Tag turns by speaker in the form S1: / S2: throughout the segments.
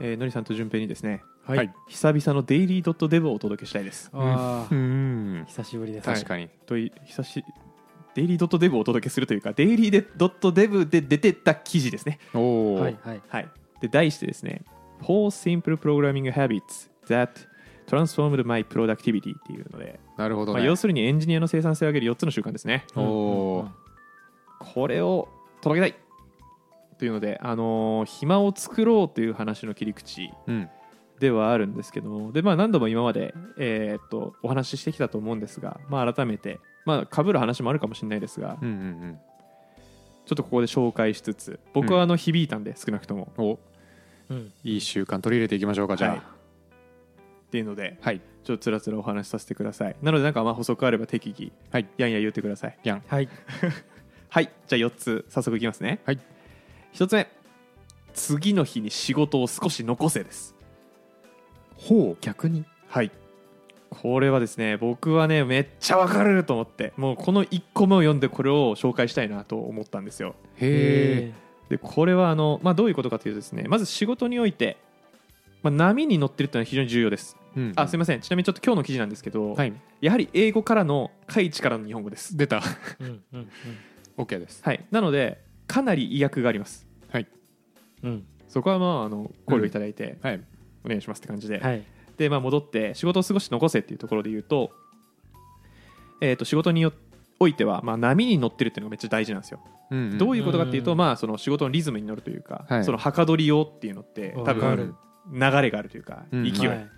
S1: えーのりさんと順平にですね、
S2: はい
S3: はい
S1: 久々のデイリードットデブをお届けしたいです。
S2: あ
S3: う
S2: あ
S3: ん
S2: 久しぶりです
S3: 確かに、
S1: とい久しデイリードットデブをお届けするというか、デイリードットデブで出てた記事ですね。
S3: おお、
S2: はいはい
S1: はい。で、題してですね、Four Simple Programming Habits That Transformed My Productivity っていうので、
S3: なるほど
S1: まあ、
S3: ね、
S1: 要するにエンジニアの生産性を上げる4つの習慣ですね。
S3: おおー、
S1: これを届けたいというので、あのー暇を作ろうという話の切り口
S3: うん
S1: ではあるんですけどもで、まあ、何度も今まで、えーっとお話ししてきたと思うんですが、まあ、改めて、まあ、かぶる話もあるかもしれないですが、
S3: うんうん
S1: ちょっとここで紹介しつつ僕はあの響いたんで、少なくとも
S3: うんお
S2: うん
S3: いい習慣取り入れていきましょうかじ
S1: はい
S3: ゃ
S1: っていうので
S3: あはい
S1: ちょっとつらつらお話しさせてくださいなのでなんかまあ補足あれば適宜
S3: はい
S1: やんやん言ってください
S3: やん
S2: はい
S1: はいじゃあ4つ早速いきますね
S3: はい
S1: 1つ目次の日に仕事を少し残せです
S3: ほう逆に
S1: はいこれはですね僕はねめっちゃわかると思ってもうこの1個目を読んでこれを紹介したいなと思ったんですよ
S3: へえ
S1: でこれはあの、まあ、どういうことかというとですねまず仕事において、まあ、波に乗ってるっていうのは非常に重要ですあすい
S3: ま
S1: ませんちなみにちょっと今日の記事なんですけど、
S3: はい
S1: やはり英語からの開地からの日本語です
S3: 出た
S2: えうんうん
S3: OK です
S1: はいなのでかなり意訳があります
S2: うん
S1: そこはまああの考慮いただいて
S3: はい
S1: お願いしますって感じで、
S2: うんはい
S1: で、まあ、戻って仕事を過ごして残せっていうところで言うと,、えー、と仕事によおいては、まあ、波に乗ってるっていうのがめっちゃ大事なんですよ、
S3: うんうん
S1: どういうことかっていうと、
S2: うん
S1: まあ、その仕事のリズムに乗るというか、
S3: はい
S1: そのはかどりようっていうのって多
S2: わか
S1: 分
S2: る
S1: 流れがあるというか
S3: うん
S1: 勢い、
S2: はい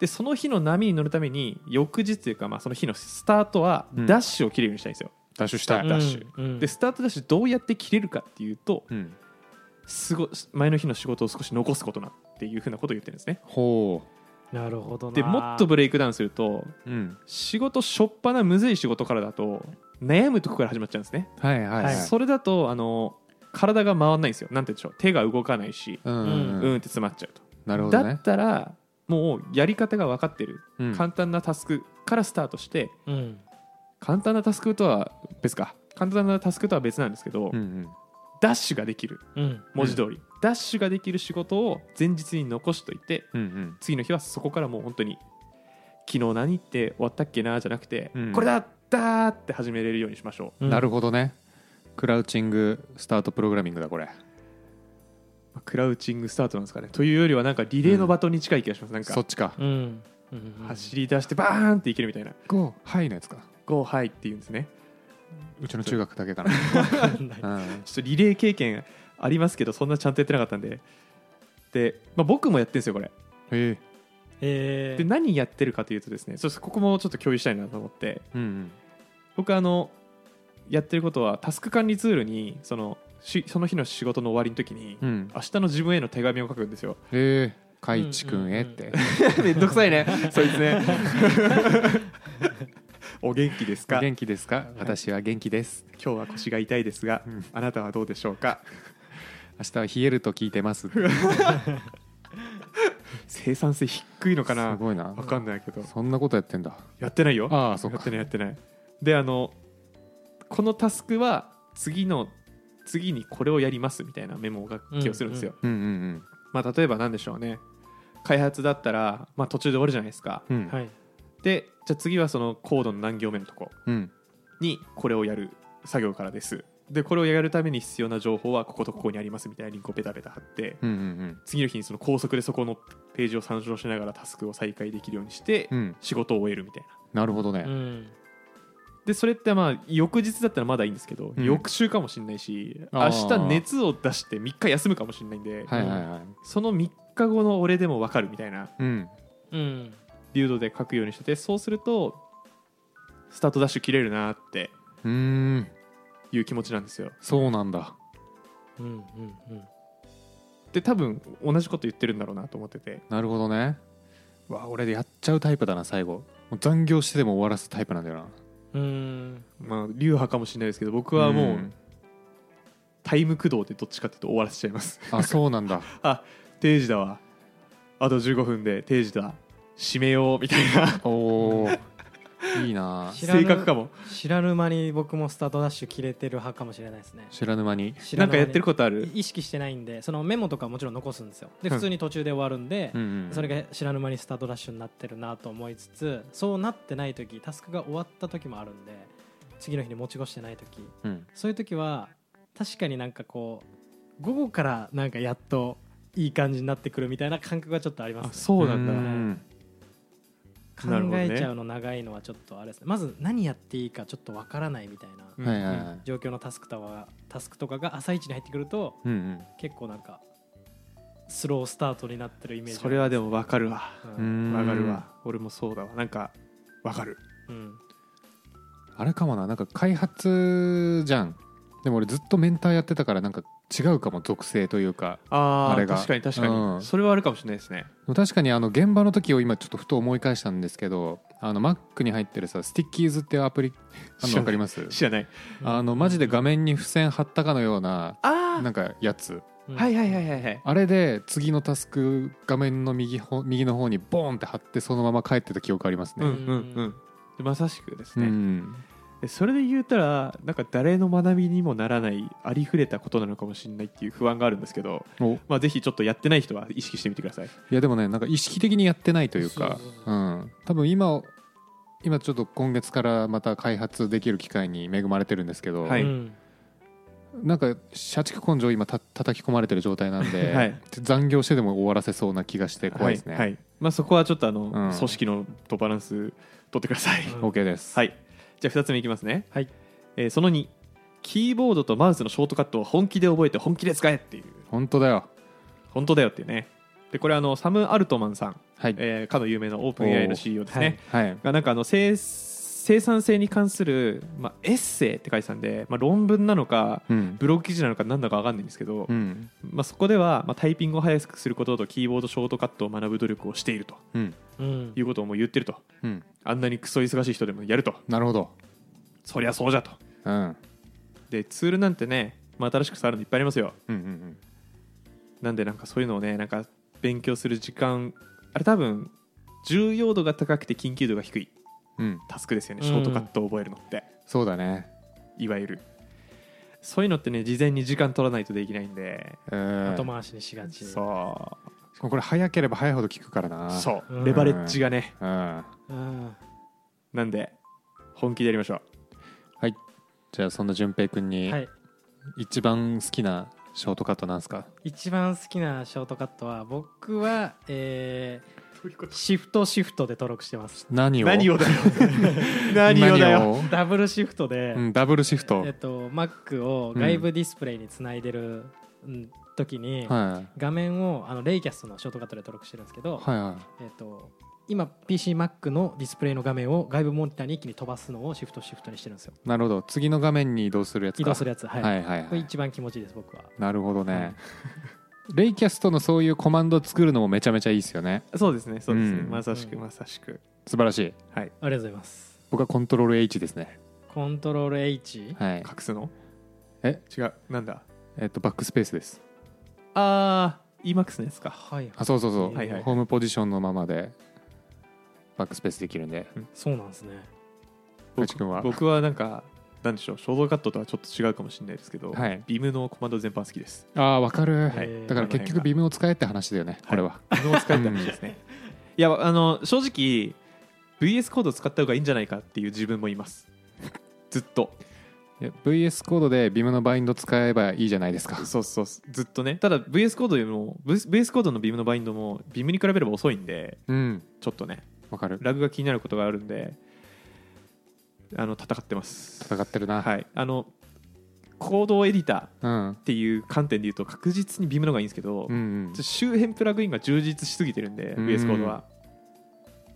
S1: でその日の波に乗るために翌日というか、まあ、その日のスタートは
S3: うん
S1: ダッシュを切れるようにしたいんですよ、
S3: ダッシュしたい、
S1: ダッシュ
S2: うんうん
S1: でスタートダッシュどうやって切れるかっていうと
S3: うん
S1: すご前の日の仕事を少し残すことなっていうふうなことを言ってるんですね
S3: ほ
S2: なるほどな
S1: でもっとブレイクダウンすると
S3: ううん
S1: 仕事しょっぱなむずい仕事からだと悩むとこから始まっちゃうんですね、
S3: はいはいはい
S1: それだとあの体が回らないんですよなんて言うんでしょう手が動かないし
S3: うん
S1: う
S3: うんんうん
S1: って詰まっちゃうと、
S3: なるほど
S1: だ
S3: ね
S1: ったらもうやり方が分かってる、
S3: うん
S1: 簡単なタスクからスタートして
S2: うん
S1: 簡単なタスクとは別か簡単なタスクとは別なんですけど、
S3: うんうん
S1: ダッシュができる
S2: うん
S1: 文字通り、ダッシュができる仕事を前日に残しといて
S3: うん
S1: 次の日はそこからもう本当に昨日何言って終わったっけなじゃなくて、
S3: うん
S1: これだったーって始めれるようにしましょ
S3: うんなる
S2: ほ
S3: ほどねクラウチングスタートプログラミングだこれ
S1: うまあクラウチングスタートなんですかねというよりはなんかリレーのバトンに近い気がします、なん
S3: そ
S1: か
S3: っちか
S2: どうんうんうん
S1: 走り出してバーンっていけるみたいな
S3: ゴーはいのやつか
S1: 「ゴーハイ」っていうんですね
S3: うちの中学だけかな
S2: わかんない
S3: うん
S1: ちょっとリレー経験ありますけどそんなちゃんとやってなかったんでで、まあ、僕もやってるんですよこれ
S3: へえ
S2: え
S1: で何やってるかというとですねそうここもちょっと共有したいなと思って
S3: うんうん
S1: 僕あのやってることはタスク管理ツールにそのしその日の仕事の終わりの時に、
S3: うん
S1: 明日の自分への手紙を書くんですよ
S3: えー、かいちくんへっ
S2: う
S3: て。
S1: めんどくさいねそいつねお元気ですか今
S3: 元気ですか私は元気です。
S1: 日は腰が痛いですが、
S3: うん
S1: あなたはどうでしょうか
S3: 明日は冷えると聞いてます。す
S1: 生産性低いのかな
S3: ごいな
S1: わ。かんないけど
S3: そんなことやってんだ。
S1: やってないよ
S3: ああ、そっ
S1: やっ
S3: か
S1: て。ないやってないであのこのタスクは次の次にこれをやりますみたいなメモが起をするんですよ、
S3: うんうん
S1: まあ、例えば何でしょうね開発だったら、まあ、途中で終わるじゃないですか、
S3: うん。うん。
S2: はい
S1: でじゃあ次はそのコードの何行目のとこ
S3: うん。
S1: にこれをやる作業からですでこれをやるために必要な情報はこことここにありますみたいなリンクをペタペタ貼って、
S3: うんうん
S1: 次の日にその高速でそこのページを参照しながらタスクを再開できるようにして、
S3: うん。うん。
S1: 仕事を終えるみたいな
S3: なるほど
S2: う
S3: ね。
S2: ん
S1: でそれってまあ翌日だったらまだいいんですけど、
S3: うん
S1: 翌週かもしれないし明
S3: あ
S1: 日
S3: ー
S1: 熱を出して3日休むかもしれないんで、
S3: はいはいはい。
S1: その3日後の俺でも分かるみたいな
S3: うん。
S2: うん
S1: 流度で書くようにしててそうするとスタートダッシュ切れるなって
S3: うーん。
S1: いう気持ちなんですよ
S3: そうなんだ。
S2: うんうんうん
S1: で多分同じこと言ってるんだろうなと思ってて
S3: なるほどね。わあ、俺でやっちゃうタイプだな、最後。もう残業してでも終わらすタイプなんだよな。
S2: うん
S1: まあ流派かもしれないですけど僕はもうタイム駆動でどっちかっていうと終わらせちゃいます
S3: あ、そうなんだ。
S1: あ定時だわあと15分で定時だ締めようみたいな
S3: おお。いいな
S2: 知らぬ
S1: 性格かも
S2: 知らぬ間に僕もスタートダッシュ切れてる派かもしれないですね
S3: 知らぬ間に
S2: 知
S1: な
S2: ら
S1: ん
S2: ぬ
S1: か
S2: 間に
S1: やってることある
S2: い意識してないんでそのメモとかもちろん残すんですよで
S1: うん
S2: 普通に途中で終わるんで、
S3: うんうん
S2: それが知らぬ間にスタートダッシュになってるなと思いつつそうなってない時タスクが終わった時もあるんで次の日に持ち越してない時
S3: うん
S2: そういう時は確かになんかこう午後からなんかやっといい感じになってくるみたいな感覚がちょっとありま
S1: あ
S2: す、
S1: そうなんだ
S2: 考
S1: なるほどね
S2: えちゃうの長いのはちょっとあれですねまず何やっていいかちょっとわからないみたいな
S1: う
S3: うんんはいはいはい
S2: 状況のタスクとはタスクとかが朝一に入ってくると
S3: うんうん
S2: 結構なんかスロースタートになってるイメージ
S1: それはでも分かるわ
S2: う
S3: うんん
S1: 分かるわ俺もそうだわなんか分かる
S2: うん
S3: あれかもななんか開発じゃんでも俺ずっとメンターやってたからなんか違うかも属性というか
S1: あ
S3: あ
S1: あ
S3: れが
S1: 確かに確か
S3: う
S1: に
S3: ん
S1: それはあるかもしれないですね
S3: でも確かにあの現場の時を今ちょっとふと思い返したんですけどあの Mac に入ってるさスティッキーズっていうアプリあ
S1: 知
S3: の
S1: らない
S3: 分かります
S1: 知らない
S3: あのマジで画面に付箋貼ったかのような
S1: あ
S3: なんかやつ
S2: う
S1: あ
S2: ん
S1: はいはいはいはいはい
S3: あれで次のタスク画面の右ほ右の方にボーンって貼ってそのまま帰ってた記憶あります
S1: うんう
S3: ね。
S1: んうんでまさしくです
S3: う
S1: ね、
S3: ん
S1: でそれで言うたらなんか誰の学びにもならないありふれたことなのかもしれないっていう不安があるんですけど、
S3: おい
S1: まあ、ぜひちょっとやってない人は意識してみてください
S3: やでもねなんか意識的にやってないというか
S2: そうそう
S3: う
S2: そ
S3: ん多分今今ちょっと今月からまた開発できる機会に恵まれてるんですけど、
S1: はい
S2: うん
S3: なんか社畜根性今た叩き込まれてる状態なんで、
S1: はい
S3: 残業してでも終わらせそうな気がして怖いですね。
S1: はいはいまあ、そこはちょっとあの、
S3: ん
S1: 組織のとバランス取ってください、
S2: うん
S3: OK です、
S1: はいじゃあ2つ目いきますね、
S2: はい
S1: えーその2キーボードとマウスのショートカットを本気で覚えて本気で使えっていう
S3: 本当だよ。
S1: 本当だよっていうねでこれあのサム・アルトマンさん、
S3: はい、
S1: えーかの有名なオープン AI の CEO ですね、
S2: はい
S3: はい。
S1: がなんかあの生生産性に関する、まあ、エッセイって書いてたんで、まあ、論文なのか
S3: うん。
S1: ブログ記事なのか何だか分かんないんですけど、
S3: うん。
S1: まあ、そこでは、まあ、タイピングを速くすることとキーボードショートカットを学ぶ努力をしていると
S3: うん。
S2: うん
S1: いうことをもう言ってると
S3: うん。
S1: あんなにクソ忙しい人でもやると
S3: なるほど。
S1: そりゃそうじゃと
S3: うん。うん
S1: でツールなんてね、まあ、新しく触るのいっぱいありますよ
S3: うんうん。
S1: なんでなんかそういうのをねなんか勉強する時間あれ多分重要度が高くて緊急度が低い
S3: うん。
S1: タスクですよね
S2: うん
S1: ショートカットを覚えるのって、
S3: そうだね。
S1: いわゆるそういうのってね事前に時間取らないとできないんで
S3: うん。
S2: 後回しにしがち
S1: そ
S3: しかもこれ早ければ早いほど効くからな。
S1: うそううんレバレッジがね
S3: う。うん。
S2: うん
S1: なんで本気でやりましょう
S3: じゃあそんな淳平君に
S2: はい
S3: 一番好きなショートカットなんすか。
S2: 一番好きなショートカットは僕は、え
S1: ういうこ
S2: ー、シフトシフトで登録してます
S3: 何を。
S1: 何をだよ 何をだよ。
S2: ダブルシフトで、
S3: うん。ダブルシフト
S2: えっ。と Mac を外部ディスプレイにつないでる、うん、時に、
S3: は
S2: 画面をあのレイキャストのショートカットで登録してるんですけ
S3: い。
S2: ど、
S3: はいは
S2: えっと今 PCMac のディスプレイの画面を外部モニターに一気に飛ばすのをシフトシフトにしてるんですよ
S3: い。なるほど。次の画面に移動するやつか。
S2: 移動するやつはい、
S3: はいはい
S2: こ
S3: は
S2: れ
S3: い。
S2: 一番気持ちいいです僕は
S3: なるほどね。 レイキャストのそういうコマンド作るのもめちゃめちゃいいですよね。
S1: そうですねそうですね、
S3: うん
S1: まさしく
S2: うん
S1: まさしく
S3: 素晴らしい。
S1: はい
S2: ありがとうございます
S3: 僕はコントロール H ですね。
S2: コントロール H
S3: はい。
S1: 隠すの
S3: え
S1: 違うなんだ
S3: えっと、バックスペースです。
S1: あー EMAX のやつか
S2: はい、
S3: あ、そうそうそう。
S1: はいはい
S3: ホームポジションのままで、バックスペースできるんで。
S2: そうなんですね
S3: 大地君は。
S1: 僕はなんかなんでしょうショートカットとはちょっと違うかもしれないですけど、
S3: はい
S1: ビムのコマンド全般好き です
S3: ああ、わかる。
S2: はい
S3: だから結局、ビームを使えって話だよね、これは。
S1: 自分を使いたいですね。いやあの正直 VS コードを使った方がいいんじゃないかっていう自分もいます。ずっと
S3: いや VS コードでビームのバインド使えばいいじゃないですか。
S1: そうそうずっとねただ VS コードよりも VS コードのビームのバインドもビームに比べれば遅いんで
S3: うん、
S1: ちょっとね
S3: わかる。
S1: ラグが気になることがあるんであの戦ってます。
S3: 戦ってるな。
S1: はいあのコードエディターっ
S3: うん。
S1: ていう観点で言うと確実にビームの方がいいんですけど、
S3: うんう
S1: ちょ
S3: ん
S1: っと周辺プラグインが充実しすぎてるんで
S3: うん
S1: VS コードは、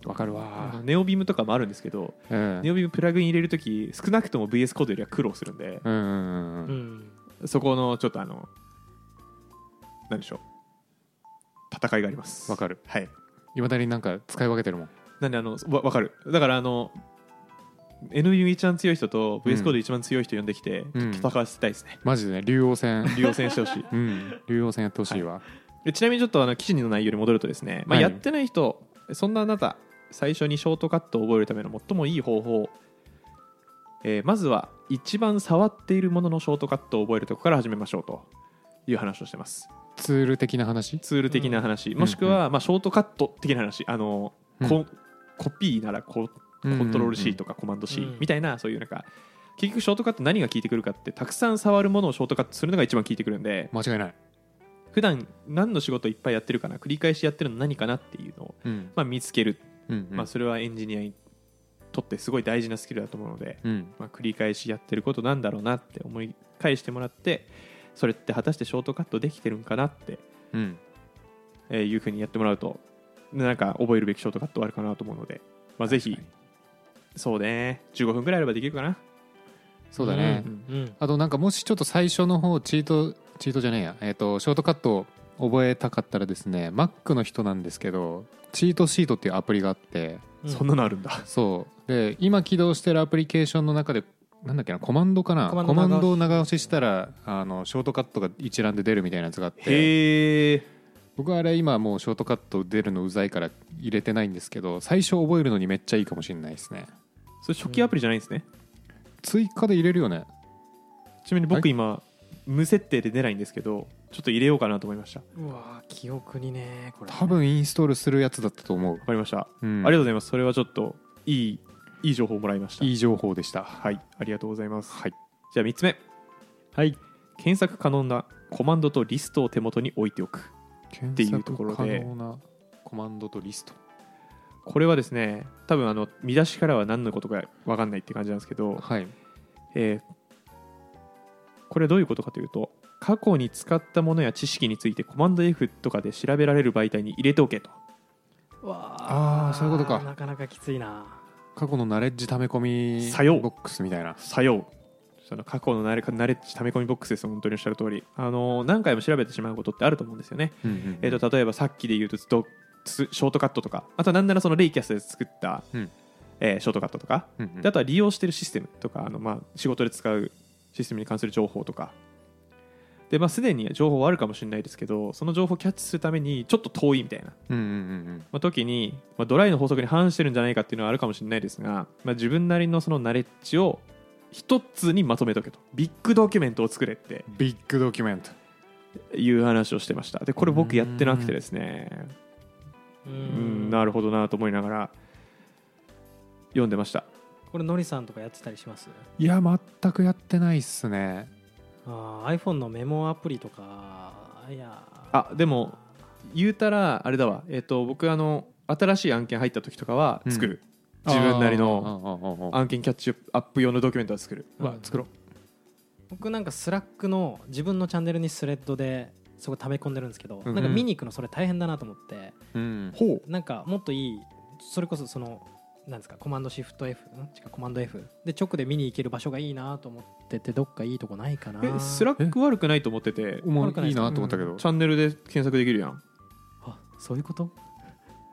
S3: わかる
S1: あの
S3: わ。
S1: ネオビームとかもあるんですけど
S3: うん。
S1: ネオビームプラグイン入れるとき少なくとも VS コードよりは苦労するんで
S3: うんうんうん
S2: う
S3: うん。
S2: ん
S1: そこのちょっとあの何でしょう戦いがあります
S3: わかる。
S1: はい
S3: いまだになんか使い分けてるもん。
S1: なんであのわ分かるだからあの N ユ一番強い人と VS コード一番強い人呼んできて、
S3: うん
S1: 戦わせたいですね
S3: マジでね、竜王戦。
S1: 利用戦してほしい
S3: うん。竜王戦やってほしいわ。
S1: でちなみにちょっとあの記事の内容に戻るとですね、まあ、
S3: はい
S1: やってない人、そんなあなた最初にショートカットを覚えるための最もいい方法、えーまずは一番触っているもののショートカットを覚えるとこから始めましょうという話をしてます
S3: ツール的な話
S1: ツール的な話、もしくは、まあ、ショートカット的な話あの、こコピーならこコントロール C とかコマンド C
S2: うん
S1: みたいなそういうなんか結局ショートカット何が効いてくるかってたくさん触るものをショートカットするのが一番効いてくるんで
S3: 間違いない、
S1: 普段何の仕事いっぱいやってるかな繰り返しやってるの何かなっていうのを、
S3: うん
S1: まあ、見つける、
S3: うん
S1: まあ、それはエンジニアにとってすごい大事なスキルだと思うので、
S3: うん
S1: まあ、繰り返しやってることなんだろうなって思い返してもらってそれって果たしてショートカットできてるんかなって
S3: うん
S1: えーいうふうにやってもらうとなんか覚えるべきショートカットはあるかなと思うので、まあ、ぜひ
S3: 確かに
S1: そうね15分ぐらいあればできるかな
S3: そうだね、
S1: うん
S2: うん
S3: あとなんかもしちょっと最初の方チートチートじゃねえや、えー、とショートカットを覚えたかったらですね Mac の人なんですけどチートシートっていうアプリがあって
S2: うん
S1: そんなのあるんだ
S3: そうで今起動してるアプリケーションの中でなんだっけなコマンドかな
S2: コ
S3: コ
S2: マ
S3: マ
S2: ンド長押し
S3: ンドを長押ししたらあのショートカットが一覧で出るみたいなやつがあって
S1: へえ
S3: 僕はあれ今もうショートカット出るのうざいから入れてないんですけど最初覚えるのにめっちゃいいかもしれないですね
S1: それ初期アプリじゃないんですね、
S3: 追加で入れるよね
S1: ちなみに
S3: は
S1: 僕今無設定で出ないんですけどちょっと入れようかなと思いましたわ
S2: うわー記憶にねこれ
S3: 多分インストールするやつだったと思う、
S1: かりました、
S3: うん、
S1: ありがとうございますそれはちょっといいいい情報をもらいました
S3: いい情報でした
S1: はいありがとうございます、
S3: はい
S1: じゃあ3つ目
S2: はい
S1: 検索可能なコマンドとリストを手元に置いておく
S3: 検
S1: いう
S3: 索
S1: ところで
S3: 可能なコマンドとリスト
S1: これはですね多分あの見出しからは何のことか分かんないって感じなんですけど、
S3: はい
S1: えーこれはどういうことかというと過去に使ったものや知識についてコマンド F とかで調べられる媒体に入れておけと
S2: わ
S3: あーそういうことか
S2: なかなかきついな
S3: 過去のナレッジ溜め込み
S1: さよう
S3: ボックスみたいな
S1: さようその過去のナレナレッジ溜め込みボックスです本当におっしゃる通りあの何回も調べてしまうことってあると思うんですよね、
S3: うんうん
S1: えー、と例えばさっきで言うとドつショートカットとかあとはなんならそのレイキャスで作った、
S3: うん
S1: えーショートカットとか
S3: うんうん
S1: であとは利用してるシステムとかあの、まあ、仕事で使うシステムに関する情報とかで、まあ、すでに情報はあるかもしれないですけどその情報をキャッチするためにちょっと遠いみたいな、
S3: うんうんうんうん
S1: まあ、時に、まあ、ドライの法則に反してるんじゃないかっていうのはあるかもしれないですが、まあ、自分なりのそのナレッジを一つにまとめとけとビッグドキュメントを作れって
S3: ビッグドキュメント
S1: いう話をしてましたでこれ僕やってなくてですね
S2: う
S1: うん
S2: ん
S1: なるほどなと思いながら読んでました
S2: これのりさんとかやってたりします
S3: いや全くやってないっすね
S2: あー iPhone のメモアプリとかいやー
S1: あでも言うたらあれだわ、えっと僕あの新しい案件入った時とかは作る、自分なりの
S3: の
S1: 案件キャッチアップ用のドキュメントは作る、
S2: うん
S1: わ作ろう
S2: 僕なんかスラックの自分のチャンネルにスレッドですごい溜め込んでるんですけど、
S1: うん
S2: なんか見に行くのそれ大変だなと思って
S3: うん
S1: ほう
S2: なんかもっといいそれこそそのなんですかコマンドシフト F ん違うコマンド F で直で見に行ける場所がいいなと思っててどっかいいとこないかな
S1: えスラック悪くないと思ってて
S3: お前
S2: 悪くないっ
S3: いい
S2: すか
S3: なと思ったけど
S1: チャンネルで検索できるやん
S2: あそういうこと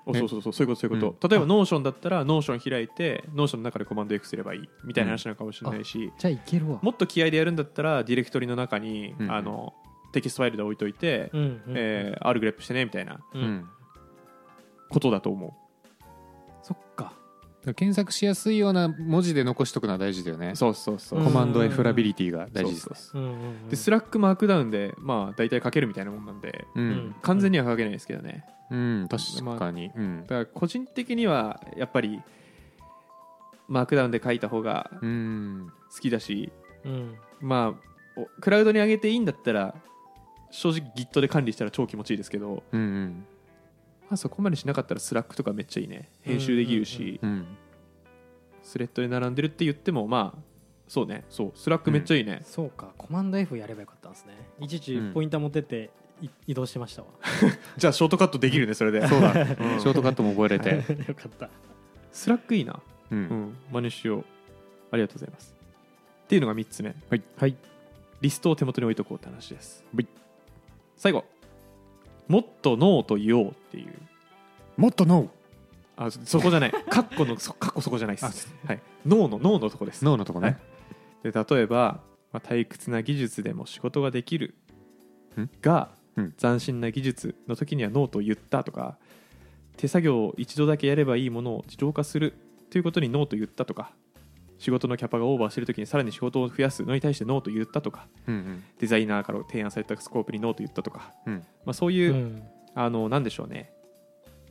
S1: お
S3: え
S1: そうそうそうそういうことそういうこと、例えばノーションだったらノーション開いてノーションの中でコマンド X すればいいみたいな話なのかもしれないし、
S2: じゃあいけるわ
S1: もっと気合でやるんだったらディレクトリの中に、
S3: うん
S1: あのテキストファイルで置いといて、
S2: うんうんうん
S1: えー、R グレップしてねみたいな
S2: う
S3: うんん
S1: ことだと思う
S2: そっか
S3: 検索しやすいような文字で残しとくのは大事だよね
S1: そうそうそう、
S2: うん
S3: コマンド F ラビリティが大事です
S1: そうそ
S3: ね
S1: うそう
S2: うんうんうん
S1: でスラックマークダウンでまあ大体書けるみたいなもんなんで
S3: う
S2: うん
S1: 完全には書けないですけどね
S3: うん確かにうん
S1: だから個人的にはやっぱりマークダウンで書いた方が
S3: うん
S1: 好きだし
S2: うん
S1: まあおクラウドに上げていいんだったら正直 Git で管理したら超気持ちいいですけど、
S3: うんうん
S1: まあ、そこまでしなかったらスラックとかめっちゃいいね編集できるし、
S2: うんうん
S3: うん
S1: スレッドで並んでるって言ってもまあそうねそうスラックめっちゃいいね、
S2: そうかコマンド F やればよかったんですねいちいち
S3: うん
S2: ポインター持ってってい移動してましたわ
S1: じゃあショートカットできるねそれでそうだ、 ん
S3: ショートカットも覚えれて
S2: よかった
S1: スラックいいな
S3: う
S1: うんん、真似しよう。ありがとうございます。っていうのが3つ目。
S3: はい、
S1: リストを手元に置いとこうって話です。
S3: はい
S1: 最後、もっとノーと言おうっていう。
S3: もっとノ
S1: あそそこじゃない、カッコのそカッコそこじゃないです。はい、ノーのノーのとこです
S3: ー。ノーのとこね
S1: で例えば、まあ、退屈な技術でも仕事ができる
S3: ん
S1: が、
S3: うん
S1: 斬新な技術の時にはノーと言ったとか手手作業を一度だけやればいいものを自動化するということにノーと言ったとか仕事のキャパがオーバーしてるときにさらに仕事を増やすのに対してノーと言ったとか
S3: うん
S1: デザイナーから提案されたスコープにノーと言ったとか、
S3: うんうん
S1: まあ、そういう、
S2: うん
S1: あのなんでしょうね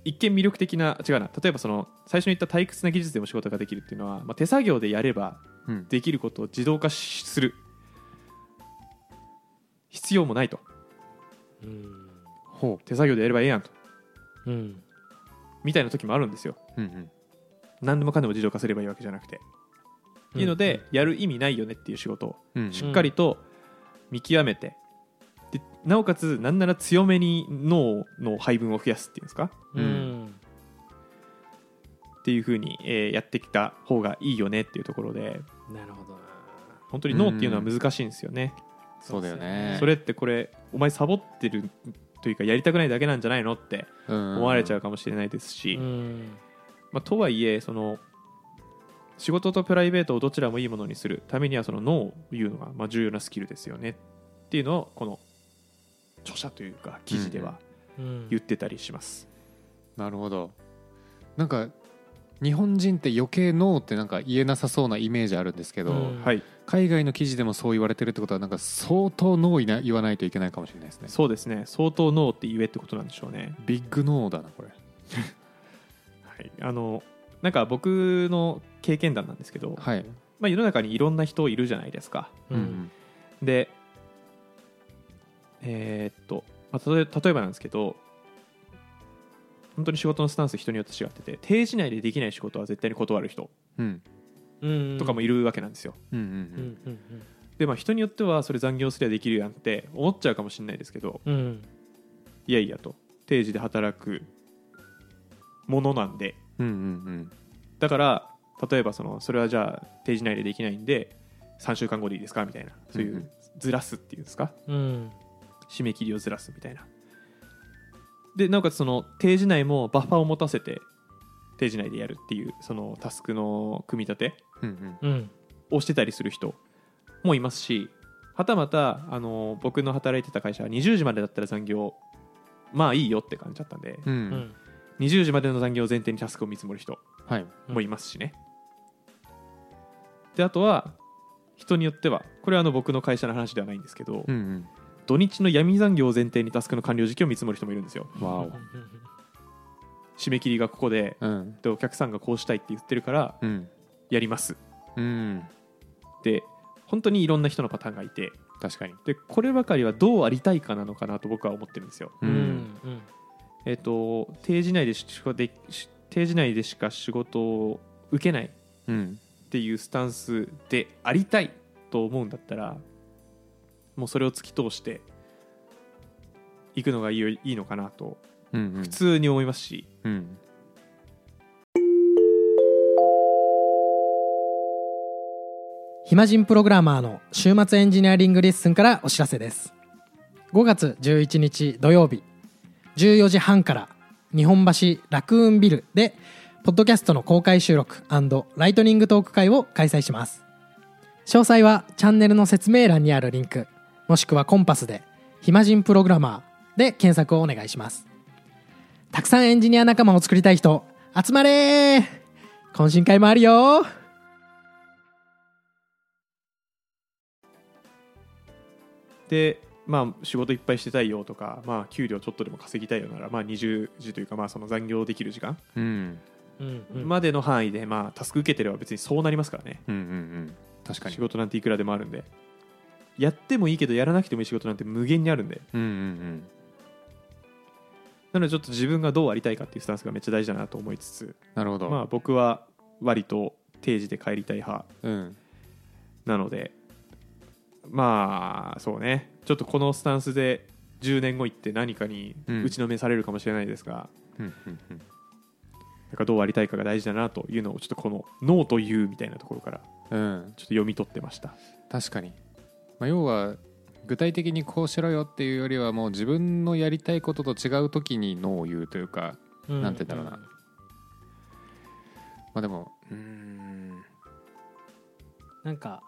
S1: 一見魅力的な違うな例えばその最初に言った退屈な技術でも仕事ができるっていうのは、まあ、手作業でやれば
S3: うん
S1: できることを自動化しする必要もないと
S2: うん
S3: ほ
S1: 手作業でやればええやんと
S2: うん
S1: みたいな時もあるんですよ
S3: ううんうん
S1: 何でもかんでも自動化すればいいわけじゃなくて、っていうのでやる意味ないよねっていう仕事を
S3: うん
S1: しっかりと見極めて、でなおかつなんなら強めに脳の配分を増やすっていうんですか
S2: う
S3: うん
S2: ん
S1: っていう風に、えーやってきた方がいいよねっていうところで
S2: なるほどな
S1: 本当に脳っていうのは難しいんですよね、
S3: そうだよね
S1: それってこれお前サボってるというかやりたくないだけなんじゃないのって思
S3: 思
S1: われちゃう
S3: う
S1: かもしれないですし、
S2: うん
S1: まあ、とはいえその仕事とプライベートをどちらもいいものにするためにはその脳をいうのがまあ重要なスキルですよねっていうのをこの著者というか記事では
S2: うん
S1: 言ってたりします、
S3: なるほどなんか日本人って余計ノーってなんか言えなさそうなイメージあるんですけど、
S2: うん
S1: はい
S3: 海外の記事でもそう言われてるってことはなんか相当ノーいな言わないといけないかもしれないですね
S1: そうですね相当脳って言えってことなんでしょうね
S3: ビッグノーだなこれ
S1: はいあのなんか僕の経験談なんですけど、
S3: はい
S1: まあ、世の中にいろんな人いるじゃないですか
S2: うん
S1: でえーっと、まあ、例え例えばなんですけど本当に仕事のスタンス人によって違ってて定時内でできない仕事は絶対に断る人
S3: うん
S2: うん
S1: とかもいるわけなんですよ、
S3: うんうん
S2: う
S3: うんん
S1: でまあ人によってはそれ残業すりゃできるやんって思っちゃうかもしれないですけど
S2: うんうん
S1: いやいやと定時で働くものなんで
S3: うんうん
S1: だから例えばそのそれはじゃあ定時内でできないんで3週間後でいいですかみたいなそうい
S3: んう
S1: うんうずらすっていうんですか、
S2: うん
S1: 締め切りをずらすみたいなでなおかつその定時内もバッファを持たせて定時内でやるっていうそのタスクの組み立て
S3: うんうん
S2: うん
S1: をしてたりする人もいますしはたまたあの僕の働いてた会社は20時までだったら残業まあいいよって感じだったんで、
S3: うんう
S2: うんん
S1: 20時までの残業を前提にタスクを見積もる人
S3: はい
S1: もいますしね、であとは人によってはこれはあの僕の会社の話ではないんですけど、
S3: うん
S1: 土日の闇残業を前提にタスクの完了時期を見積もる人もいるんですよ
S3: うんわ
S2: 嗯
S3: お
S1: 締め切りがここで
S3: うん
S1: でお客さんがこうしたいって言ってるから
S3: うん
S1: やります
S3: うん
S1: で本当にいろんな人のパターンがいて
S3: 確かに
S1: でこればかりはどうありたいかなのかなと僕は思ってるんですよ、
S2: う
S3: うんん
S2: うん
S1: えっと定時内でしかでし定時内でしか仕事を受けないっ
S3: うん
S1: ていうスタンスでありたいと思うんだったらもうそれを突き通していくのがいいよいいのかなと
S3: うんうん
S1: 普通に思いますし、
S3: うん
S2: 暇人プログラマーの週末エンジニアリングレッスンからお知らせです5月11日土曜日14時半から日本橋ラクーンビルでポッドキャストの公開収録ライトニングトーク会を開催します詳細はチャンネルの説明欄にあるリンクもしくはコンパスで「暇人プログラマー」で検索をお願いしますたくさんエンジニア仲間を作りたい人集まれー懇親会もあるよー
S1: でまあ仕事いっぱいしてたいよとかまあ給料ちょっとでも稼ぎたいよならまあ20時というかまあその残業できる時間
S3: うん
S2: うんうん
S1: までの範囲でまあタスク受けてれば別にそうなりますからね
S3: うんうん確かに
S1: 仕事なんていくらでもあるんでやってもいいけどやらなくてもいい仕事なんて無限にあるんで
S3: うんうん
S1: なのでちょっと自分がどうありたいかっていうスタンスがめっちゃ大事だなと思いつつ
S3: うんなるほど
S1: まあ僕は割と定時で帰りたい派
S3: うん
S1: なのでまあそうねちょっとこのスタンスで10年後行って何かに
S3: うん
S1: 打ちのめされるかもしれないですが、
S3: うんうんうん
S1: なんかどうありたいかが大事だなというのをちょっとこの「脳という」みたいなところからちょ
S3: うん
S1: っと読み取ってました
S3: 確かに、まあ、要は具体的にこうしろよっていうよりはもう自分のやりたいことと違う時にノーを言うというかなんて言うんだろうなまあでもうーん
S2: なんか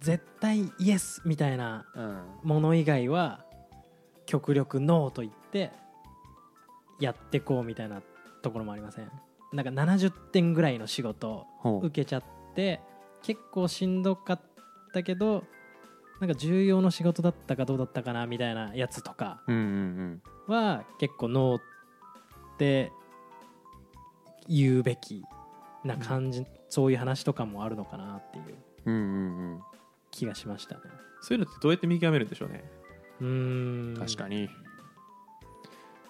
S2: 絶対イエスみたいな
S3: うん
S2: もの以外は極力ノーと言ってやってこうみたいなところもありませんなんか70点ぐらいの仕事
S3: ほう
S2: 受けちゃって結構しんどかったけどなんか重要な仕事だったかどうだったかなみたいなやつとか
S3: うんうん
S2: は結構ノーって言うべきな感じ、そういう話とかもあるのかなっていう
S3: うんうんうんうん
S2: 気がしましたね
S1: そういうのってどうやって見極めるんでしょうね
S2: うーん
S3: 確かに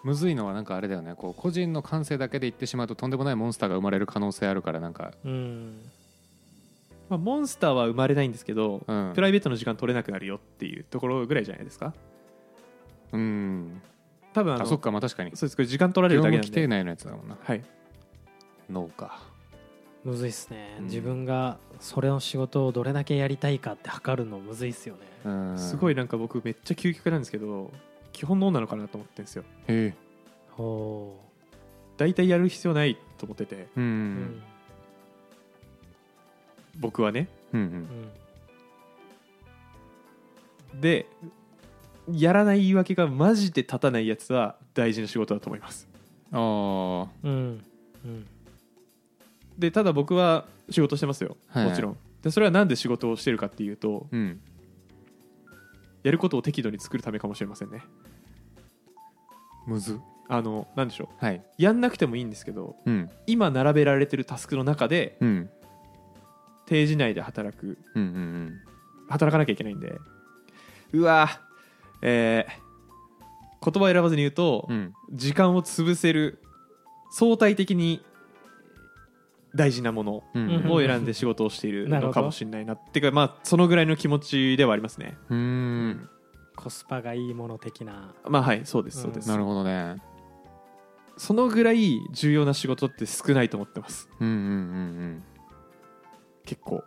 S3: むずいのはなんかあれだよねこう個人の感性だけで言ってしまうととんでもないモンスターが生まれる可能性あるからなんか、
S2: うん
S1: まあ、モンスターは生まれないんですけど、
S3: うん
S1: プライベートの時間取れなくなるよっていうところぐらいじゃないですか
S3: うん
S1: 多分あ
S3: あ
S1: の
S3: そっかまあ確かに
S1: そうですこれ時間取られ
S3: 業
S1: るだ
S3: 務
S1: けなんで、
S3: 規定内のやつだもんな
S1: はい、
S3: 脳か
S2: むずいっすね、
S3: うん
S2: 自分がそれの仕事をどれだけやりたいかって測るのむずいっすよね
S3: うん
S1: すご
S3: い
S1: いなんか僕めっちゃ究極なんですけど基本脳なのかなと思ってるんですよ
S3: へえ
S2: ほ
S1: 大体やる必要ないと思ってて
S3: うんう
S2: ううんん
S1: 僕はね
S3: うんう
S2: うんん
S1: でやらない言い訳がマジで立たないやつは大事な仕事だと思います
S3: ああ
S2: うんうん
S1: でただ僕は仕事してますよ
S3: はい
S1: もちろん、でそれはなんで仕事をしてるかっていうと
S3: うん
S1: やることを適度に作るためかもしれませんね
S3: むず
S1: あのなんでしょう
S3: はい
S1: やんなくてもいいんですけど
S3: うん
S1: 今並べられてるタスクの中で
S3: うん
S1: 定時内で働く
S3: うんうんうん
S1: 働かなきゃいけないんでうわーえー言葉を選ばずに言うと、
S3: うん
S1: 時間を潰せる相対的に大事なもの
S3: うん
S2: うん
S1: を選んで仕事をしている
S2: なるほ
S1: の
S2: ど
S1: かもしれないなっていうかまあそのぐらいの気持ちではありますね
S3: うーん
S2: コスパがいいもの的な
S1: まあはいそうですそうです、
S3: なるほどね
S1: そのぐらい重要な仕事って少ないと思ってます
S3: うんうんうん
S1: 結構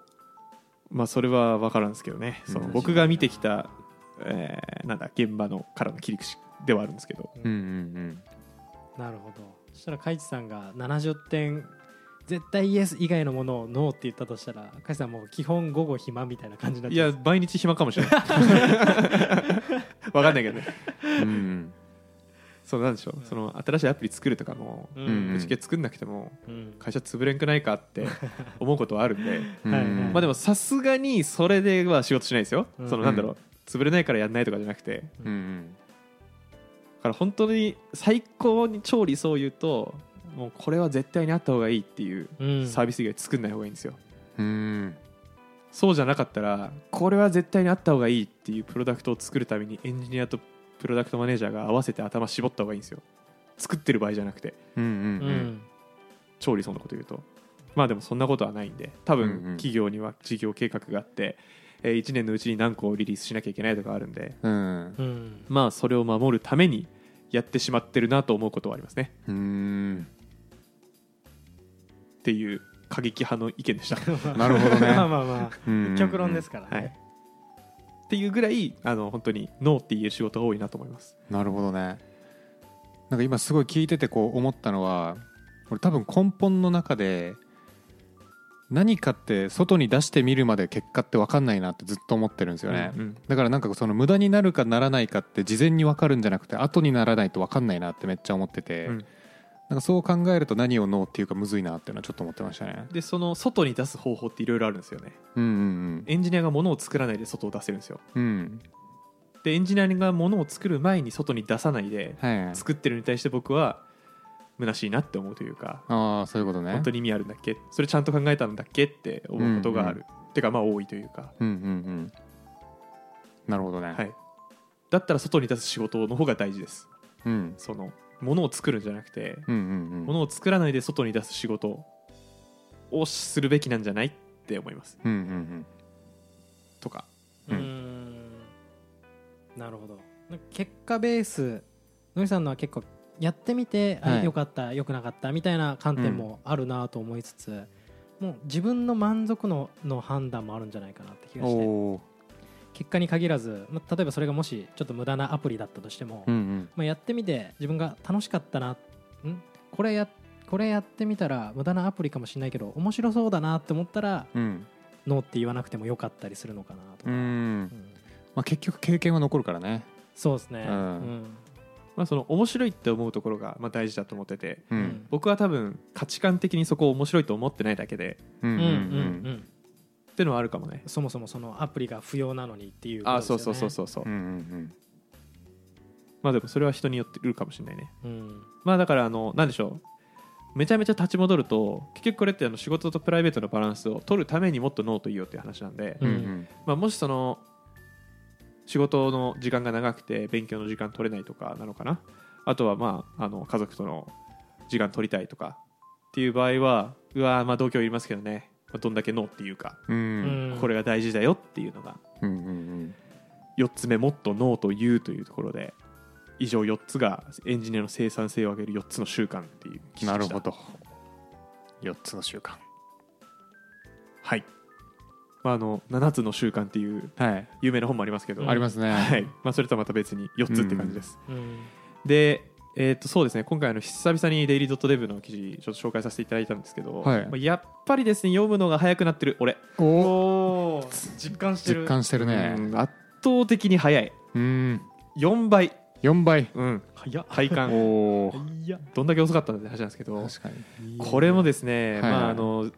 S1: まあそれは分からんですけどねその
S3: うん
S1: 僕が見てきた、えーなんだ現場のからの切り口ではあるんですけど
S3: うんうんうん
S2: なるほどそしたらカイチさんが70点絶対イエス以外のものをノーって言ったとしたらカイチさんもう基本午後暇みたいな感じになっ
S1: い
S2: ちゃ
S1: や
S2: う
S1: 毎日暇かもしれない分かんないけどね
S3: うんうん
S1: そうなんでしょう、
S2: うん
S1: その新しいアプリ作るとかも
S2: う
S3: うん
S1: ぶち切れ作んなくても
S2: うん
S1: 会社潰れんくないかって思うことはあるんで
S3: うん
S2: はいはい
S1: まあでもさすがにそれでは仕事しないですよ、
S2: うん
S1: そのなんだろう潰れないからやんないとかじゃなくてだ
S3: うんうん
S1: から本当に最高に超理想を言うともうこれは絶対にあった方がいいっていう
S2: うん
S1: サービス以外作んない方がいいんですよ、
S3: うん
S1: そうじゃなかったらこれは絶対にあった方がいいっていうプロダクトを作るためにエンジニアとプロダクトマネージャーが合わせて頭絞った方がいいんですよ作ってる場合じゃなくて
S3: うんうん
S2: う
S3: うん
S2: ん
S1: 超理想のこと言うとまあでもそんなことはないんで多分
S3: うんうん
S1: 企業には事業計画があって、え1年のうちに何個をリリースしなきゃいけないとかあるんで
S3: うん
S2: うん
S1: まあそれを守るためにやってしまってるなと思うことはありますね
S3: うん
S1: っていう過激派の意見で した、
S3: なるほどね
S2: まあまあまあ
S3: うん
S2: 極論ですからね、
S1: はい、っていうぐらいあの本当にノーって言える仕事が多いなと思います
S3: なるほどねなんか今すごい聞いててこう思ったのは俺多分根本の中で何かって外に出してみるまで結果って分かんないなってずっと思ってるんですよね、
S1: うんうん
S3: だからなんかその無駄になるかならないかって事前に分かるんじゃなくて後にならないと分かんないなってめっちゃ思ってて、
S1: うん
S3: なんかそう考えると何をノーっていうかむずいなっていうのはちょっと思ってましたね
S1: でその外に出す方法っていろいろあるんですよね
S3: うんうん
S1: エンジニアが物を作らないで外を出せるんですよ
S3: うんうん
S1: でエンジニアが物を作る前に外に出さないで
S3: はいはい
S1: 作ってるのに対して僕は虚しいなって思うというか
S3: ああそういうことね
S1: 本当に意味あるんだっけそれちゃんと考えたんだっけって思うことがある、てかまあ多いというか、
S3: うんうんうんなるほどね、
S1: はい、だったら外に出す仕事の方が大事です
S3: うん、
S1: その物を作るんじゃなくて、
S3: うんうんうん
S1: 物を作らないで外に出す仕事をするべきなんじゃないって思います
S3: うんうんうん
S1: とか
S2: う
S3: うん
S2: ーんなるほど結果ベースのりさんのは結構やってみて、あ
S3: はい
S2: よかったよくなかったみたいな観点もあるなと思いつつ、もう自分の満足のの判断もあるんじゃないかなって気がして
S3: おー
S2: 結果に限らず、まあ、例えばそれがもしちょっと無駄なアプリだったとしても、
S3: うんうん
S2: まあ、やってみて自分が楽しかったなんこれやこれやってみたら無駄なアプリかもしれないけど面白そうだなって思ったら
S3: うん
S2: ノーって言わなくてもよかったりするのかなとか、
S3: うん
S2: うん
S3: まあ、結局経験は残るからね
S2: そうですね、
S3: うん
S2: うん
S1: まあ、その面白いって思うところがまあ大事だと思ってて
S3: う
S2: うん
S1: 僕は多分価値観的にそこを面白いと思ってないだけで
S3: うんうん
S2: うん
S3: う
S2: うん
S3: ん
S2: うん
S1: っていうのはあるかもね
S2: そもそもそのアプリが不要なのにっていうこと
S1: あ
S2: ですよ
S1: そ
S2: ね
S1: うそうそうそうそう、
S3: うんうん
S1: まあでもそれは人によっているかもしれないね
S2: うん
S1: まあだからあの何でしょうめちゃめちゃ立ち戻ると結局これってあの仕事とプライベートのバランスを取るためにもっとノーといいよっていう話なんで、
S3: うんうん
S2: うん
S3: うん
S1: まあ、もしその仕事の時間が長くて勉強の時間取れないとかなのかなあとはまああの家族との時間取りたいとかっていう場合はうわーまあ同居いりますけどねまあどんだけノーっていうか
S3: う
S2: うんん
S1: これが大事だよっていうのが
S3: うんうん
S1: 4つ目もっとノーと言うというところで以上4つがエンジニアの生産性を上げる4つの習慣っていう記事でした
S3: なるほど4つの習慣
S1: はい、まあ、あの7つの習慣っていう
S3: はい
S1: 有名な本もありますけど、
S2: うん
S3: ありますね
S1: はいまあ、それとはまた別に4つって感じです、
S2: うん
S1: でえー、とそうですね今回あの久々にデイリー・ドット・デブの記事ちょっと紹介させていただいたんですけど、
S3: はい
S1: まあやっぱりですね読むのが早くなってる俺
S3: お
S2: おお実感してる
S3: 実感してるね
S1: うん圧倒的に早い
S3: うん
S1: 4倍
S3: 4倍
S1: うん早っ配
S3: お
S1: 管
S3: お
S2: いや
S1: どんだけ遅かったんだって話なんですけど
S3: 確かに
S1: これもですね、
S3: はい
S1: まああの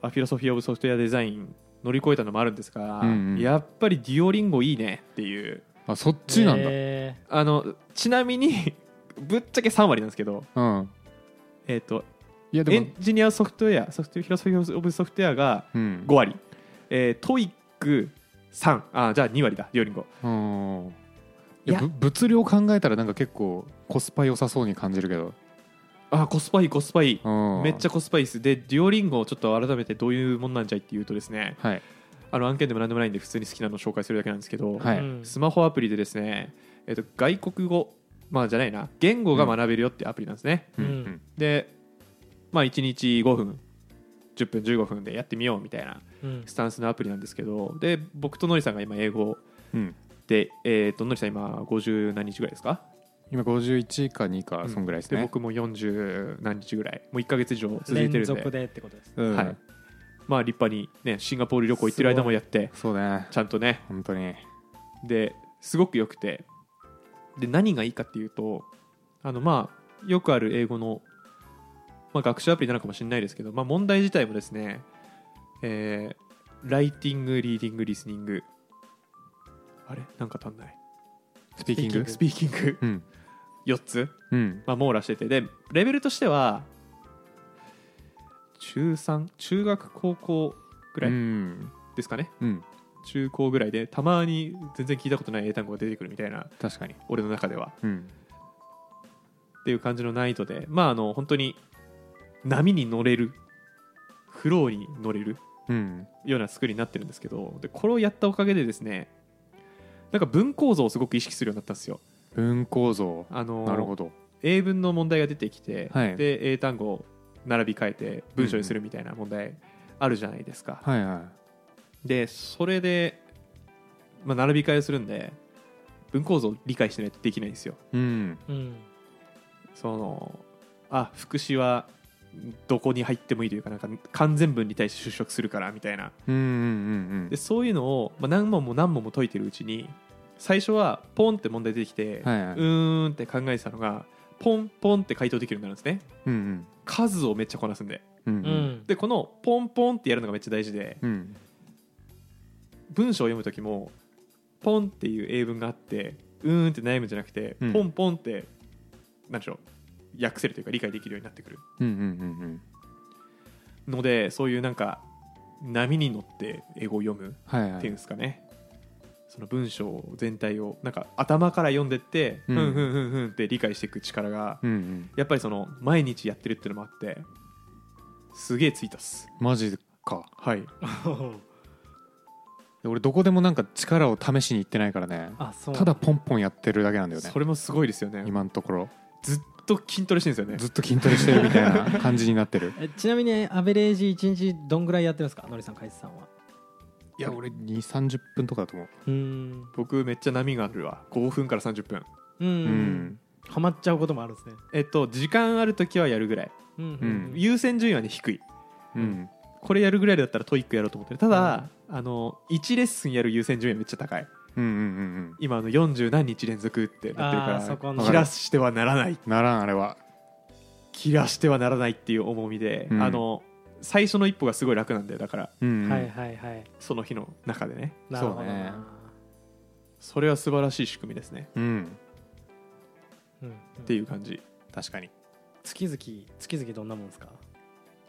S1: アフィロソフィー・オブ・ソフトウェア・デザイン乗り越えたのもあるんですが、
S3: うんうん
S1: やっぱりデュオリンゴいいねっていう
S3: あそっちなんだ
S2: え
S1: あのちなみに ぶっちゃけ3割なんですけど、
S3: うん
S1: えー、と
S3: いや
S1: エ
S3: でも
S1: ンジニアソフトウェアソフトフィロソフィー・オブ・ソフトウェアが
S3: うん
S1: 5割、えートイック3あじゃあ2割だデュオリンゴ
S3: うんい
S1: いや
S3: やぶ物量考えたらなんか結構コスパ良さそうに感じるけど
S1: あコスパいいコスパいい
S3: うん
S1: めっちゃコスパいいですでデュオリンゴをちょっと改めてどういうもんなんじゃいっていうとですね
S3: はい
S1: あの案件でも何でもないんで普通に好きなのを紹介するだけなんですけど、
S3: はい
S2: うん
S1: スマホアプリでですね、えっと外国語、まあ、じゃないな言語が学べるよってアプリなんですね、
S3: うん
S2: うん
S3: うん
S1: で、まあ、1日5分10分15分でやってみようみたいな
S2: うん
S1: スタンスのアプリなんですけどで僕とのりさんが今英語
S3: うん
S1: で、えっとのりさん今50何日ぐらいですか
S3: 今51か2かそんぐらいです
S1: で
S3: ね
S1: 僕も40何日ぐらいもう1か月以上続いて
S2: 連
S1: るんで
S2: 続でってことです
S3: うん
S1: はいまあ立派に、ね、シンガポール旅行行ってる間もやって
S3: そうね
S1: ちゃんとね
S3: 本当に
S1: ですごく良くてで何がいいかっていうとあのまあよくある英語の、まあ、学習アプリなのかもしれないですけど、まあ、問題自体もですね、えーライティングリーディングリスニングあれなんか足んない
S3: スピーキング
S1: スピーキング
S3: うん
S1: 4つ、
S3: うん
S1: まあ、網羅しててでレベルとしては中3中学高校ぐ
S3: う
S1: らい
S3: ん
S1: ですかね、
S3: うん
S1: 中高ぐらいでたまに全然聞いたことない英単語が出てくるみたいな
S3: 確かに
S1: 俺の中では
S3: うん
S1: っていう感じの難易度でまああの本当に波に乗れるフローに乗れる
S3: うん
S1: ような作りになってるんですけどでこれをやったおかげでですねなんか文構造をすごく意識するようになったんですよ。
S3: 文構造
S1: あの
S3: なるほど
S1: 英文の問題が出てきて、
S3: はい
S1: で英単語を並び替えて文章にするみたいな問題あるじゃないですか。
S3: はいは
S1: でそれで、まあ、並び替えをするんで文構造を理解してないとできないんですよ。
S3: いうん
S2: うん
S1: そのあ副詞はどこに入ってもいいというかなんか完全文に対して就職するからみたいな
S3: うんうんうん
S1: でそういうのを、まあ、何問も何問も解いてるうちに最初はポンって問題出てきて、
S3: はいはいう
S1: ーんって考えてたのがポンポンって回答できるようになるんですね
S3: うん
S1: 数をめっちゃこなすんで
S3: うんうん
S2: う
S3: うん
S2: ん
S1: でこのポンポンってやるのがめっちゃ大事で
S3: うん
S1: 文章を読む時もポンっていう英文があってうーんって悩むんじゃなくて、
S3: うん
S1: ポンポンって何でしょう訳せるというか理解できるようになってくる
S3: うんうんうん
S1: のでそういうなんか波に乗って英語を読む
S3: はいは
S1: っていうん
S3: い
S1: ですかね、その文章全体をなんか頭から読んでって、う
S3: う
S1: んん、ふんふんふんふんって理解していく力が、
S3: うんうん
S1: やっぱりその毎日やってるっていうのもあってすげえついたっす
S3: マジか
S1: はい
S3: で俺どこでもなんか力を試しに行ってないからね
S2: あそう
S3: ただポンポンやってるだけなんだよね
S1: それもすごいですよね
S3: 今のところ
S1: ずっと筋トレしてるんですよね
S3: ずっと筋トレしてるみたいな感じになって る
S2: えちなみにアベレージ一日どんぐらいやってるんですかのりさんかいさんはい
S3: や俺2 3 0分とかだと思う
S2: うーん
S1: 僕めっちゃ波があるわ5分から30分
S2: うん
S3: う
S2: うんハマっちゃうこともあるんですね
S1: えっと時間ある時はやるぐらい
S2: うん
S3: うん
S1: 優先順位はね低い
S3: うん
S1: これやるぐらいだったらトイックやろうと思ってるただ、あの1レッスンやる優先順位はめっちゃ高い
S3: うんうんうんうん
S1: 今あの40何日連続ってなってるか
S2: あ
S1: ら
S2: あそこ
S3: わ
S2: の
S3: か
S1: 切
S3: る
S1: らしてはならない
S3: ならんあれは
S1: 切らしてはならないっていう重みで、
S3: うん
S1: あの最初の一歩がすごい楽なんだよだから
S3: うんうん
S2: はいはいはい
S1: その日の中でね
S2: なるほど
S3: そう
S2: な
S3: ね
S1: それは素晴らしい仕組みですね
S3: うん
S2: うんうん
S1: っていう感じ
S3: 確かに
S2: 月々月々どんなもんですか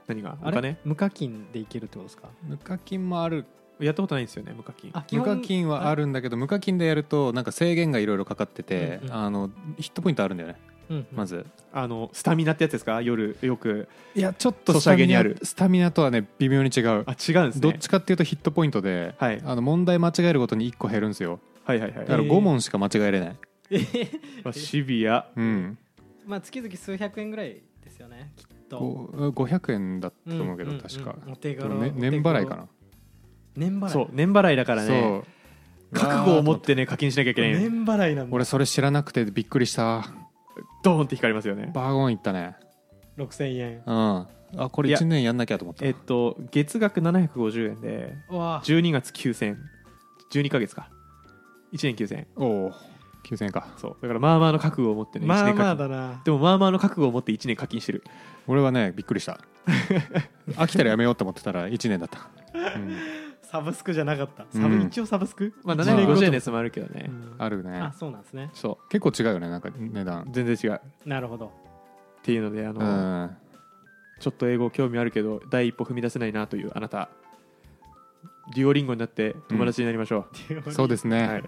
S1: 何がお
S2: あ
S1: 金
S2: れ無課金でいけるってことですか
S3: 無課金もある
S1: やったことないんですよね無課金
S2: あ基
S3: 無
S2: 本
S3: 課金はあるんだけど無課金でやるとなんか制限がいろいろかかってて、
S2: うんうん
S3: あのヒットポイントあるんだよね
S2: うんうん
S3: まず、
S1: あのスタミナってやつですか夜よく
S3: いやちょっ
S1: ソシャゲにある
S3: スタミナとはね微妙に違う
S1: あ違うんですね
S3: どっちかっていうとヒットポイントで、
S1: はい
S3: あの問題間違えるごとに1個減るんですよ
S1: はいはいはい
S3: だから
S2: えー
S3: 5問しか間違えれない、
S2: えへへ
S1: まあシビア
S3: うん
S2: まあ月々数百円ぐらいですよねきっと
S3: こう500円だった
S2: うん
S3: と思うけど、
S2: んん
S3: 確か、
S2: お手
S3: で
S2: 軽
S3: も
S2: お
S3: ね
S2: 手
S3: 年
S2: 頃
S3: 払いかな
S2: 年払い
S1: そう年払いだからね
S3: そう
S1: 覚悟を持っ
S3: うわーと思
S1: てね課金しなきゃいけないのに
S2: 年払いなんだ
S3: 俺それ知らなくてびっくりした
S1: ドーンって光りますよね
S3: バーゴン行ったね
S2: 6000円
S3: うんあこれ1年やんなきゃと思った
S1: えっと月額750円で
S2: うわ
S1: 12月9000円12ヶ月か1年9000円
S3: おお9000円か
S1: そうだからまあまあの覚悟を持ってね
S2: まあ
S1: 一年課
S2: ま
S1: 金
S2: あだな
S1: でもまあまあの覚悟を持って1年課金してる
S3: 俺はねびっくりした飽きたらやめようと思ってたら1年だった、うん
S2: サブスクじゃなかった
S3: うん
S2: サブ一応サブスク
S1: まあ
S3: まあ
S1: 750円のやつもあるけどね、
S2: うん
S3: あるね
S2: あそうなんですね
S1: そ
S3: 結構違うよねなんか値段
S1: う全然違うっ
S2: なるほど
S1: ていうのであの、
S3: うん
S1: ちょっと英語興味あるけど第一歩踏み出せないなというあなたデュオリンゴになって友達になりましょ
S3: そうです
S1: う、
S3: ね、
S1: はい、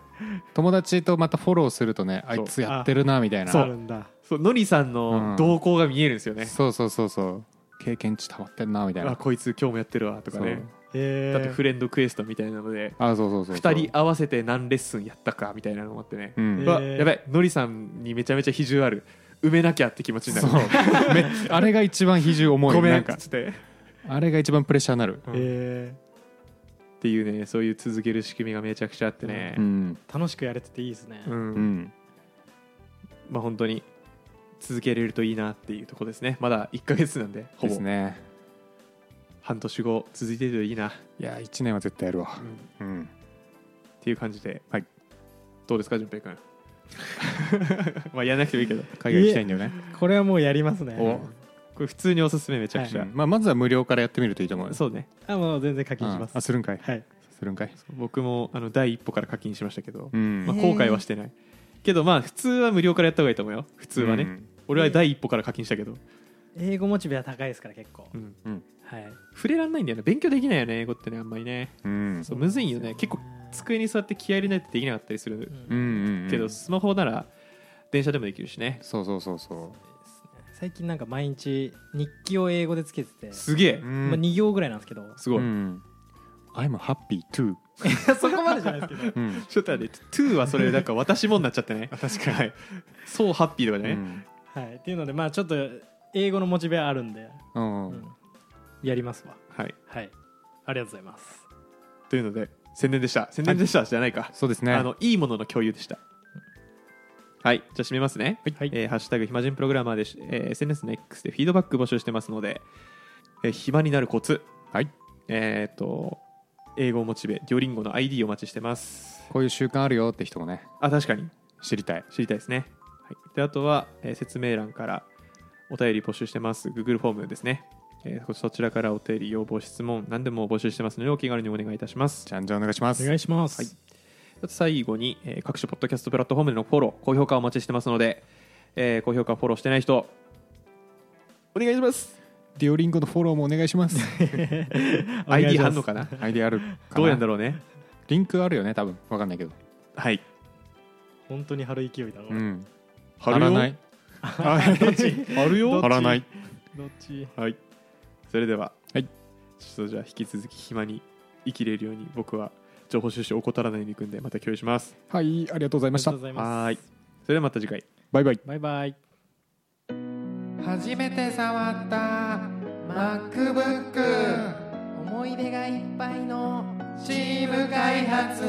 S3: 友達とまたフォローするとねあいつやってるなみたいな
S2: そ
S3: そうう
S2: るんだ
S1: そうのりさんの動向が見えるんですよね、
S3: そうそうそう経験値溜まってんなみたい
S1: あ
S3: な
S1: こいつ今日もやってるわとかね
S2: え
S1: だってフ
S2: レ
S1: レンドクエストみたいなので
S3: そうあそうそうそうそう
S1: 2人合わせて何レッスンやったかみたいなのもあってね、
S3: う、
S1: うんわ
S2: えー
S1: やばいのりさんにめちゃめちゃ比重ある埋めなきゃって気持ちにな
S3: そう
S1: る
S3: めあれが一番比重重い
S1: ごめ
S3: なんん
S1: っ
S3: か
S1: つって
S3: あれが一番プレッシャーになる、
S2: え
S1: っていうねそういう続ける仕組みがめちゃくちゃあってね
S3: う、ん
S2: ー楽しくやれてていいですね
S1: うん
S3: うん
S1: まあ本当に続けれるといいなっていうところですねまだ1か月なんでほ
S3: で
S1: ぼ
S3: すね
S1: 半年後続いてるといいなっ
S3: いや1年は絶対やるわうん
S1: ていう感じで、
S3: はい
S1: どうですか淳平 君まあやらなくてもいいけどこ
S3: 海外行きたいんだよね
S2: これはもうやりますね
S3: お
S1: れ普通におすすめめちゃくち
S3: う
S1: ゃ、
S3: んまあ、まずは無料からやってみるといいと思うよ
S1: そうね
S2: あもう全然課
S3: うん
S2: 金します
S3: あするんかい
S2: はい
S3: するんかい
S1: 僕もあの第一歩から課金しましたけど、
S3: うん
S1: まあ、
S2: へー
S1: 後悔はしてないけどまあ普通は無料からやった方がいいと思うよ普通はね、
S3: うん
S1: 俺は第一歩から課金したけど、
S2: 英語モチベは高いですから結構
S1: うん
S3: うん
S2: はい
S1: 触れられないんだよね勉強できないよね英語ってねあんまりね
S3: うん
S1: そうむずいよね結構
S2: く
S1: 机に座って気合い入れないとできなかったりする
S3: うんうんうん
S1: けど、スマホなら電車でもできるしね
S3: そうそうそうそ
S2: 最近なんか毎日日記を英語でつけてて
S1: すげえ、
S3: う、
S2: まあ2行ぐらいなんですけど
S1: すごい、
S3: うん、I'm happy too、
S2: そこまでじゃないですけど
S3: うん
S1: ちょっと待って2はそれなんか私もになっちゃって ね確かにそうハッピーとかじゃね、
S2: はいっていうのでまあちょっと英語のモチベはあるんで
S3: うん
S2: うんやりますわ
S1: はい
S2: はいありがとうございます
S1: というので宣伝でした宣伝でしたじゃないか、
S3: そうですね
S1: あのいいものの共有でしたはいじゃあ締めますね
S2: はい
S1: えーハッシュタグ暇人プログラマーでし、えー SNS の X でフィードバック募集してますので、えー暇になるコツ、
S3: はい
S1: えー、と英語モチベ、デュオリンゴの ID お待ちしてます。
S3: こういう習慣あるよって人もね
S1: あ、確かに
S3: 知りたい
S1: 知りたいですね。はい、であとは、えー説明欄からお便り募集してます、Google フォームですね。えーそちらからお便り、要望、質問、何でも募集してますので、お気軽にお願いいたします。
S3: じゃんじゃんお願いします
S2: お願いします
S1: はいあと最後に、えー各種ポッドキャストプラットフォームでのフォロー、高評価お待ちしてますので、えー高評価、フォローしてない人、お願いします。
S3: ディオリンゴのフォローもお願いします
S2: お願い
S1: ID
S2: しま
S1: 反
S2: す
S1: 応かな
S3: アイディアある
S1: どうやんだ
S3: ろう
S1: ろうね。
S3: リンクあるよね多分わかんないけど
S1: はい。
S2: 本当に春勢いだろ
S3: ん貼
S1: 貼るよ
S3: らない
S1: ある
S2: どっ
S1: よ
S2: ち
S3: 貼らない
S2: どっち
S1: はい。それでは、
S3: はい。
S1: ちょっとじゃあ引き続き暇に生きれるように僕は情報収集を怠らないようにいくんでまた共有します。
S3: はいありがとうござい
S2: あ
S3: ま
S2: り
S3: し
S2: がと
S3: た
S2: うござい
S1: は
S2: ま
S1: ーい。それではまた次回。
S3: バイバイ
S2: すバイバイ
S4: 初めて触った MacBook 思い出がいっぱいのチーム開発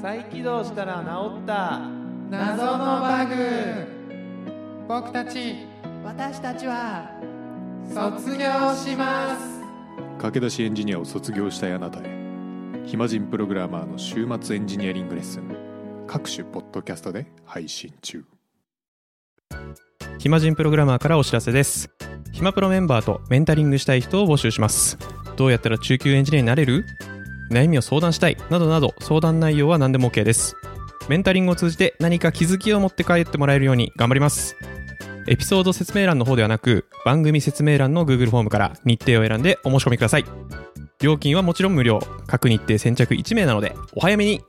S4: 再起動したら治った謎のバグ僕たち私たちは卒業します
S3: 駆け出しエンジニアを卒業したいあなたへ暇人プログラマーの週末エンジニアリングレッスン各種ポッドキャストで配信中
S1: 暇人プログラマーからお知らせです暇プロメンバーとメンタリングしたい人を募集しますどうやったら中級エンジニアになれる悩みを相談したいなどなど相談内容は何でも OK ですメンタリングを通じて何か気づきを持って帰ってもらえるように頑張りますエピソード説明欄の方ではなく番組説明欄の Google フォームから日程を選んでお申し込みください料金はもちろん無料各日程先着1名なのでお早めに